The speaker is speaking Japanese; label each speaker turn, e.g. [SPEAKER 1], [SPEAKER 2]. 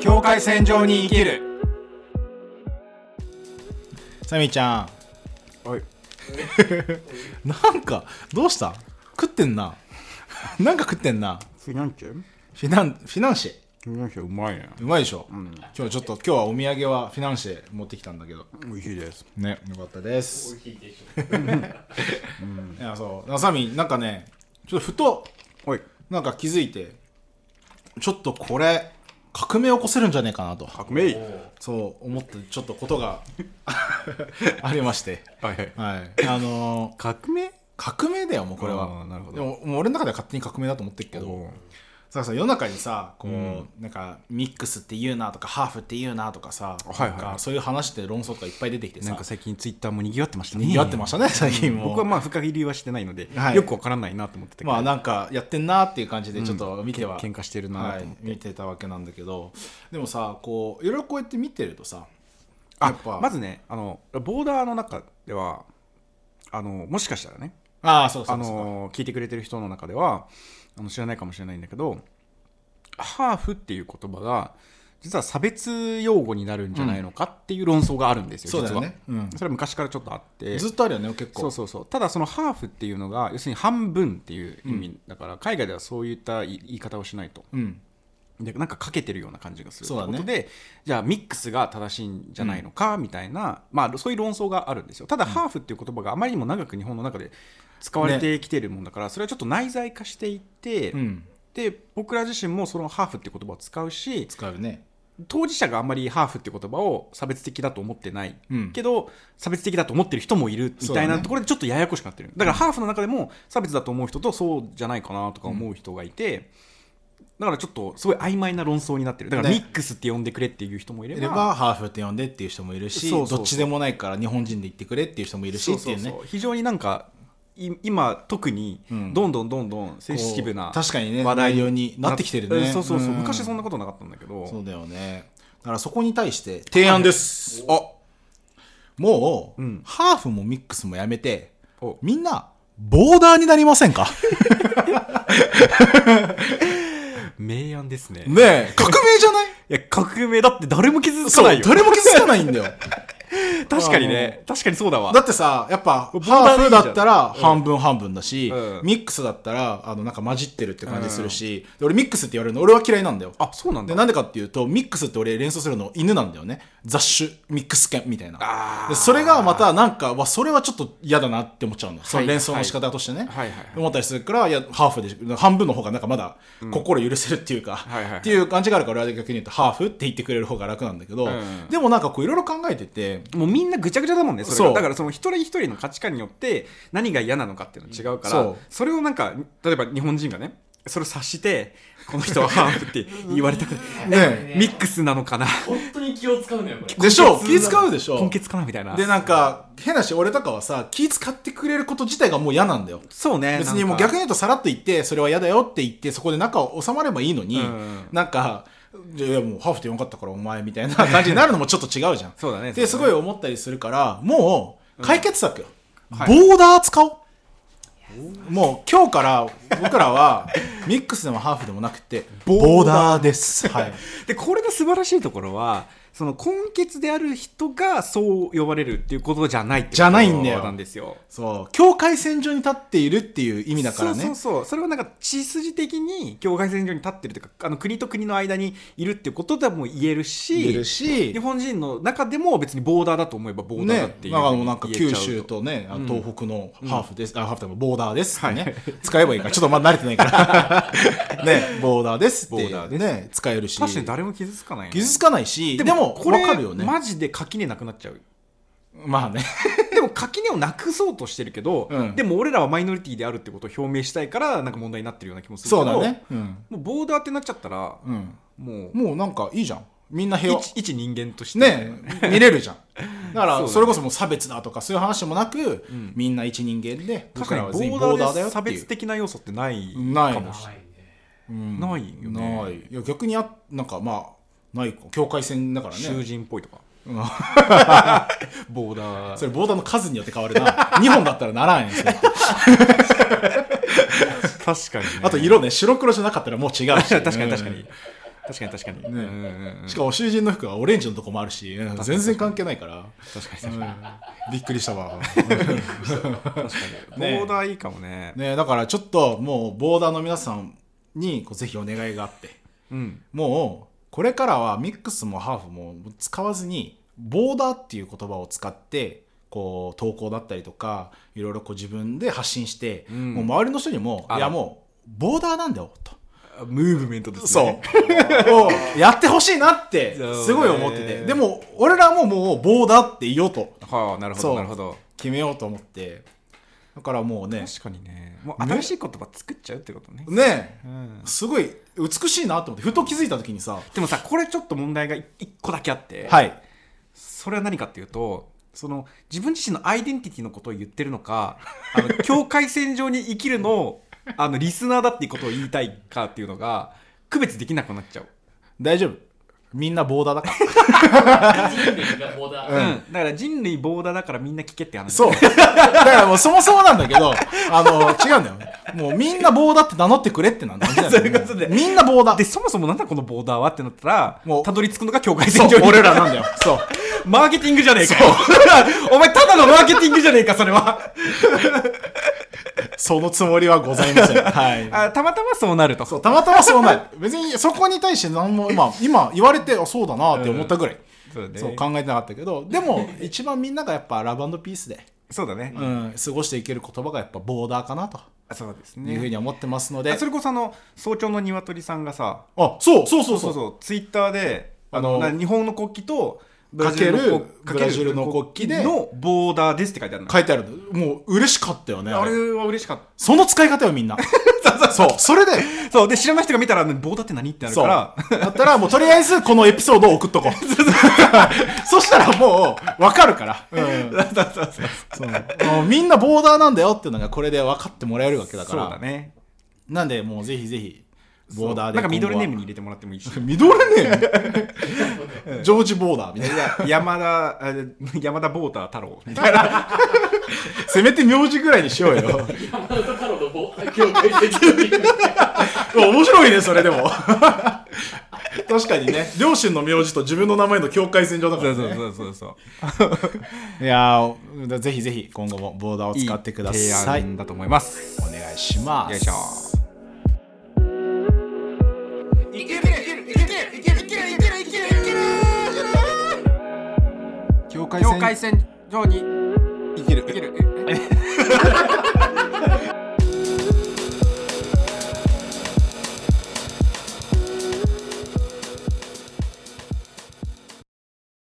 [SPEAKER 1] 境界線上に生きるサミーちゃん
[SPEAKER 2] はい
[SPEAKER 1] なんかどうした食ってん ななんか食ってんな
[SPEAKER 2] フィナンチェ
[SPEAKER 1] フィナンフィナンシェ
[SPEAKER 2] フィナンチェうまいね
[SPEAKER 1] うまいでしょ、
[SPEAKER 2] ん
[SPEAKER 1] 今日はちょっと今日はお土産はフィナンシェ持ってきたんだけど
[SPEAKER 2] 美味しいです
[SPEAKER 1] ねよかったです いやそうサミなんかねちょっとふと
[SPEAKER 2] はい
[SPEAKER 1] なんか気づいてちょっとこれ革命起こせるんじゃねえかなと
[SPEAKER 2] 革命
[SPEAKER 1] そう思ってちょっとことが ありまして
[SPEAKER 2] はいはい
[SPEAKER 1] はいあのー
[SPEAKER 2] 革命
[SPEAKER 1] 革命だよもうこれは
[SPEAKER 2] あーなるほど
[SPEAKER 1] でももう俺の中では勝手に革命だと思ってるけどささ世の中にさこう、なんかミックスって言うなとかハーフって言うなとかさ、
[SPEAKER 2] はいはい
[SPEAKER 1] なんかそういう話って論争とかいっぱい出てきてさ
[SPEAKER 2] なんか最近ツイッターもにぎわってましたね
[SPEAKER 1] 似合ってましたね最近も、
[SPEAKER 2] 僕はまあ深入りはしてないので、
[SPEAKER 1] はい
[SPEAKER 2] よくわからないなと思ってたけど、
[SPEAKER 1] まあなんかやってんなっていう感じでちょっと見ては、
[SPEAKER 2] 喧嘩してるな
[SPEAKER 1] は
[SPEAKER 2] と
[SPEAKER 1] い
[SPEAKER 2] 思っ、て、
[SPEAKER 1] 見てたわけなんだけどでもさこういろいろこうやって見てるとさやっぱ
[SPEAKER 2] あまずねあのボーダーの中ではあのもしかしたらね
[SPEAKER 1] ああそうそ
[SPEAKER 2] あ
[SPEAKER 1] うそう、
[SPEAKER 2] の聞いてくれてる人の中ではあの知らないかもしれないんだけどハーフっていう言葉が実は差別用語になるんじゃないのかっていう論争があるんですよ、
[SPEAKER 1] そうだ
[SPEAKER 2] 実
[SPEAKER 1] よ
[SPEAKER 2] は
[SPEAKER 1] ねうん
[SPEAKER 2] それは昔からちょっとあって
[SPEAKER 1] ずっとあるよね結構
[SPEAKER 2] そうそうそうただそのハーフっていうのが要するに半分っていう意味だから、海外ではそういった言い言い方をしないと
[SPEAKER 1] うん
[SPEAKER 2] でなんかかけてるような感じがするって
[SPEAKER 1] そうだ
[SPEAKER 2] こ
[SPEAKER 1] ね
[SPEAKER 2] とで、じゃあミックスが正しいんじゃないのかみたいな、まあ、そういう論争があるんですよただ、ハーフっていう言葉があまりにも長く日本の中で使われてきてるもんだから、それはちょっと内在化していて、
[SPEAKER 1] うん
[SPEAKER 2] で僕ら自身もそのハーフっていう言葉を使うし
[SPEAKER 1] 使うね
[SPEAKER 2] 当事者があんまりハーフっていう言葉を差別的だと思ってない、
[SPEAKER 1] うん
[SPEAKER 2] けど差別的だと思ってる人もいるみ
[SPEAKER 1] そう
[SPEAKER 2] た
[SPEAKER 1] だ
[SPEAKER 2] い
[SPEAKER 1] ね
[SPEAKER 2] なところでちょっとややこしくなってるだからハーフの中でも差別だと思う人とそうじゃないかなとか思う人がいて、だからちょっとすごい曖昧な論争になってるだから
[SPEAKER 1] ね
[SPEAKER 2] ミックスって呼んでくれっていう人もいれ
[SPEAKER 1] い
[SPEAKER 2] ば
[SPEAKER 1] ればハーフって呼んでっていう人もいるし
[SPEAKER 2] そうそうそう
[SPEAKER 1] どっちでもないから日本人で言ってくれっていう人もいるし
[SPEAKER 2] そう
[SPEAKER 1] って
[SPEAKER 2] そ
[SPEAKER 1] いううね
[SPEAKER 2] そう非常になんかい今特に
[SPEAKER 1] うん
[SPEAKER 2] どんどんどんどんセンシティブな
[SPEAKER 1] こう確かにね
[SPEAKER 2] 話題
[SPEAKER 1] 内容になってきてるね
[SPEAKER 2] うんそうそうそう、
[SPEAKER 1] うん
[SPEAKER 2] 昔そんなことなかったんだけど
[SPEAKER 1] そうだよねだからそこに対して提案ですあもう、
[SPEAKER 2] うん
[SPEAKER 1] ハーフもミックスもやめて
[SPEAKER 2] お
[SPEAKER 1] みんなボーダーになりませんか
[SPEAKER 2] 明暗ですね
[SPEAKER 1] ねえ革命じゃない
[SPEAKER 2] いや革命だって誰も傷つか
[SPEAKER 1] そ
[SPEAKER 2] な
[SPEAKER 1] う
[SPEAKER 2] いよ
[SPEAKER 1] 誰も気づかないんだよ
[SPEAKER 2] 確かにね確かにそうだわ
[SPEAKER 1] だってさやっぱハ
[SPEAKER 2] ボーダー
[SPEAKER 1] ー
[SPEAKER 2] でいい
[SPEAKER 1] フ
[SPEAKER 2] じゃん
[SPEAKER 1] だったら半分半分だし、
[SPEAKER 2] うん
[SPEAKER 1] ミックスだったらあのなんか混じってるって感じするし、で俺ミックスって言われるの俺は嫌いなんだよ
[SPEAKER 2] あそうなん
[SPEAKER 1] で
[SPEAKER 2] だ
[SPEAKER 1] なんでかっていうとミックスって俺連想するの犬なんだよね雑種ミックス犬みたいな
[SPEAKER 2] あー
[SPEAKER 1] でそれがまたなんかわそれはちょっと嫌だなって思っちゃうの、その連想の仕方としてね、
[SPEAKER 2] はいはい
[SPEAKER 1] 思ったりするからいやハーフで半分の方がなんかまだ心許せるっていうか、
[SPEAKER 2] はいはいはい
[SPEAKER 1] っていう感じがあるから俺は逆に言うとハーフって言ってくれる方が楽なんだけど、
[SPEAKER 2] うん
[SPEAKER 1] でもなんかこういろいろ考えてて
[SPEAKER 2] もうみんなぐちゃぐちゃだもんねそれが
[SPEAKER 1] そう
[SPEAKER 2] だからその一人一人の価値観によって何が嫌なのかっていうのは違うから
[SPEAKER 1] そ
[SPEAKER 2] そうれをなんか例えば日本人がねそれを察してこの人はハーフって言われたく
[SPEAKER 1] ね
[SPEAKER 3] ね
[SPEAKER 2] ミックスなのかな
[SPEAKER 3] 本当に気を使うのよこれ
[SPEAKER 1] でしょ
[SPEAKER 2] 根
[SPEAKER 1] 気
[SPEAKER 2] 血
[SPEAKER 1] 使うでしょ
[SPEAKER 2] 根血かなみたいな
[SPEAKER 1] でなんか変なし俺とかはさ気使ってくれること自体がもう嫌なんだよ
[SPEAKER 2] そうね
[SPEAKER 1] 別にもう
[SPEAKER 2] なんか
[SPEAKER 1] 逆に言うとさらっと言ってそれは嫌だよって言ってそこで仲を収まればいいのに、
[SPEAKER 2] うん
[SPEAKER 1] なんかいやいやもうハーフでよかったからお前みたいな感じになるのもちょっと違うじゃん
[SPEAKER 2] そうだね
[SPEAKER 1] です
[SPEAKER 2] そう
[SPEAKER 1] ご
[SPEAKER 2] だ
[SPEAKER 1] い
[SPEAKER 2] ね
[SPEAKER 1] 思ったりするからもう解決策よ、
[SPEAKER 2] はい
[SPEAKER 1] ボーダー使おうもう今日から僕ら はミックスでもハーフでもなくてボーダーです、はい、
[SPEAKER 2] でこれが素晴らしいところはその根血である人がそう呼ばれるっていうことじゃないってこと
[SPEAKER 1] じゃないんだよ
[SPEAKER 2] なんですよ
[SPEAKER 1] そう境界線上に立っているっていう意味だからね
[SPEAKER 2] そうそうそうそれはなんか血筋的に境界線上に立ってるというかあの国と国の間にいるっていうことでも言えるし
[SPEAKER 1] いるし
[SPEAKER 2] 日本人の中でも別にボーダーだと思えばボーダーだっ
[SPEAKER 1] ね
[SPEAKER 2] ていうふう
[SPEAKER 1] なんかも
[SPEAKER 2] に
[SPEAKER 1] うなんか
[SPEAKER 2] 言え
[SPEAKER 1] 九
[SPEAKER 2] ちゃう
[SPEAKER 1] 州とね、あの東北のハーフです、あハーフでもボーダーですってね、
[SPEAKER 2] はい
[SPEAKER 1] 使えばいいからちょっとまだ慣れてないから ねボーダーですって
[SPEAKER 2] ボーダーで
[SPEAKER 1] ね使えるし
[SPEAKER 2] 確かに誰も傷つかないよね
[SPEAKER 1] 傷つかないしでも
[SPEAKER 2] これ
[SPEAKER 1] 分かるよね
[SPEAKER 2] マジで垣根なくなっちゃう
[SPEAKER 1] まあね
[SPEAKER 2] でも垣根をなくそうとしてるけど、
[SPEAKER 1] うん
[SPEAKER 2] でも俺らはマイノリティであるってことを表明したいからなんか問題になってるような気もするけ
[SPEAKER 1] そ
[SPEAKER 2] ど
[SPEAKER 1] うだねうん、
[SPEAKER 2] もうボーダーってなっちゃったら、
[SPEAKER 1] うん、
[SPEAKER 2] もう
[SPEAKER 1] もうなんかいいじゃんみんな平和
[SPEAKER 2] 一一人間として
[SPEAKER 1] ね見れる じゃんだか
[SPEAKER 2] そうだ
[SPEAKER 1] ら
[SPEAKER 2] ね
[SPEAKER 1] それこそもう差別だとかそういう話もなく、
[SPEAKER 2] ん
[SPEAKER 1] みんな一人間で
[SPEAKER 2] 確かに
[SPEAKER 1] は
[SPEAKER 2] ボ
[SPEAKER 1] 全員
[SPEAKER 2] ーダー
[SPEAKER 1] よっ
[SPEAKER 2] で
[SPEAKER 1] て
[SPEAKER 2] 差
[SPEAKER 1] いう
[SPEAKER 2] 別的な要素ってない
[SPEAKER 1] ない
[SPEAKER 2] かもしれない
[SPEAKER 3] ないね
[SPEAKER 1] うん
[SPEAKER 2] ないよね
[SPEAKER 1] ないいや逆にあなんかまあないか境界線だからね
[SPEAKER 2] 囚人っぽいとか
[SPEAKER 1] うん
[SPEAKER 2] ボーダー
[SPEAKER 1] それボーダーの数によって変わるな2 本だったらならんやん それ
[SPEAKER 2] 確かにね、
[SPEAKER 1] あと色ね白黒じゃなかったらもう違うし
[SPEAKER 2] 確かに確かに、
[SPEAKER 1] うん
[SPEAKER 2] 確かに確かに、
[SPEAKER 1] ね
[SPEAKER 2] うんうんうん
[SPEAKER 1] しかも囚人の服はオレンジのとこもあるしうん
[SPEAKER 2] かに
[SPEAKER 1] 全然関係ないから、
[SPEAKER 2] 確かに
[SPEAKER 1] う
[SPEAKER 2] 確か
[SPEAKER 1] んびっくりしたわ
[SPEAKER 2] に、
[SPEAKER 1] ね
[SPEAKER 2] ボーダーいいかもね
[SPEAKER 1] ねだからちょっともうボーダーの皆さんにこうぜひお願いがあって
[SPEAKER 2] うん
[SPEAKER 1] もうこれからはミックスもハーフも使わずにボーダーっていう言葉を使ってこう投稿だったりとかいろいろこう自分で発信して、
[SPEAKER 2] うん
[SPEAKER 1] もう周りの人にも「
[SPEAKER 2] あ
[SPEAKER 1] い
[SPEAKER 2] ら
[SPEAKER 1] やもうボーダーなんだよ」と。
[SPEAKER 2] ムーブメントですね
[SPEAKER 1] そう。をやってほしいなって
[SPEAKER 2] そうね
[SPEAKER 1] すごい思ってて。でも俺らももうボーダーって言おうと
[SPEAKER 2] はあなるほ
[SPEAKER 1] そう
[SPEAKER 2] どなるほど
[SPEAKER 1] 決めようと思って。だからもうね、
[SPEAKER 2] 確かにねもう新しい言葉作っちゃうってことね
[SPEAKER 1] ね
[SPEAKER 2] うん
[SPEAKER 1] すごい美しいなと思って、ふと気づいた時にさ、
[SPEAKER 2] でもさこれちょっと問題が一個だけあって、
[SPEAKER 1] はい。
[SPEAKER 2] それは何かっていうとその自分自身のアイデンティティのことを言ってるのかあの 境界線上に生きるのをあのリスナーだっていうことを言いたいかっていうのが区別できなくなっちゃう、
[SPEAKER 1] 大丈夫。みんなボーダーだから。
[SPEAKER 3] 人類がボーダ
[SPEAKER 2] うん
[SPEAKER 3] ー。
[SPEAKER 2] だから人類ボーダーだからみんな聞けって話
[SPEAKER 1] そう。だからもうそもそもなんだけど、あの、違うんだよ。もうみんなボーダーって名乗ってくれってなんだ。
[SPEAKER 2] そういうことで
[SPEAKER 1] みんなボーダ
[SPEAKER 2] で
[SPEAKER 1] ー。
[SPEAKER 2] そもそもなんだこのボーダーはってなったら
[SPEAKER 1] もう
[SPEAKER 2] たどり着くのが境界
[SPEAKER 1] そ
[SPEAKER 2] 線
[SPEAKER 1] う
[SPEAKER 2] 上、に
[SPEAKER 1] 俺らなんだよ。そう。
[SPEAKER 2] マーケティングじゃねえかよ お前ただのマーケティングじゃねえかそれは
[SPEAKER 1] そのつもりはございません。 はい。
[SPEAKER 2] あたまたまそうなると
[SPEAKER 1] そう、たまたまそうなる。別にそこに対して何も今、今言われて、あ、そうだなって思ったぐらい。
[SPEAKER 2] そうだね
[SPEAKER 1] そう考えてなかったけど、でも一番みんながやっぱラブピースで、
[SPEAKER 2] そうだね、
[SPEAKER 1] うん、過ごしていける言葉がやっぱボーダーかなと
[SPEAKER 2] あそうです
[SPEAKER 1] いうふう
[SPEAKER 2] ね
[SPEAKER 1] に思ってますので、
[SPEAKER 2] あそれこそあの早朝の鶏さんがさ
[SPEAKER 1] あ、そうそうそう
[SPEAKER 2] そ
[SPEAKER 1] そうう。
[SPEAKER 2] そうツイッターであ
[SPEAKER 1] あの
[SPEAKER 2] のな日本の国旗と
[SPEAKER 1] かける
[SPEAKER 2] の国
[SPEAKER 1] ブラジルの国旗で
[SPEAKER 2] のボーダーですって書いてあるの
[SPEAKER 1] 書いてあるのもう嬉しかったよね。あ
[SPEAKER 2] あ
[SPEAKER 1] れ
[SPEAKER 2] れは嬉しかっ
[SPEAKER 1] その使い方よ、みんな。 そう、それで、
[SPEAKER 2] たそうで知らない人が見たらボーダーって何ってなる
[SPEAKER 1] そう。
[SPEAKER 2] から
[SPEAKER 1] だったら、もうとりあえずこのエピソードを送っとこう。そしたらもう、わかるから。うん。そうもうみんなボーダーなんだよっていうのがこれで分かってもらえるわけだか
[SPEAKER 2] そうだ
[SPEAKER 1] ら。
[SPEAKER 2] ね
[SPEAKER 1] なんで、もうぜひぜひ、ボーダーで。
[SPEAKER 2] なんかミドルネーム
[SPEAKER 1] に。
[SPEAKER 2] に入れてもらってもいいし
[SPEAKER 1] ミドルネームジョージ・ボーダーみたいな。
[SPEAKER 2] 山田あ山田ボーダー太郎みたいな
[SPEAKER 1] せめて名字ぐらいにしよう よ。
[SPEAKER 3] 山田太郎の ボーダー境界線上に。
[SPEAKER 1] 面白いね、それでも。確かにね、両親の名字と自分の名前の境界線上だから、ね。
[SPEAKER 2] そうそうそうそう
[SPEAKER 1] いやーぜひぜひ今後もボーダーを使ってください。
[SPEAKER 2] 提案だと思います
[SPEAKER 1] お願いします。
[SPEAKER 2] よいしょいけるいけるいけるいけるいけるいけるいけるいける
[SPEAKER 1] 境界
[SPEAKER 2] 境界線上に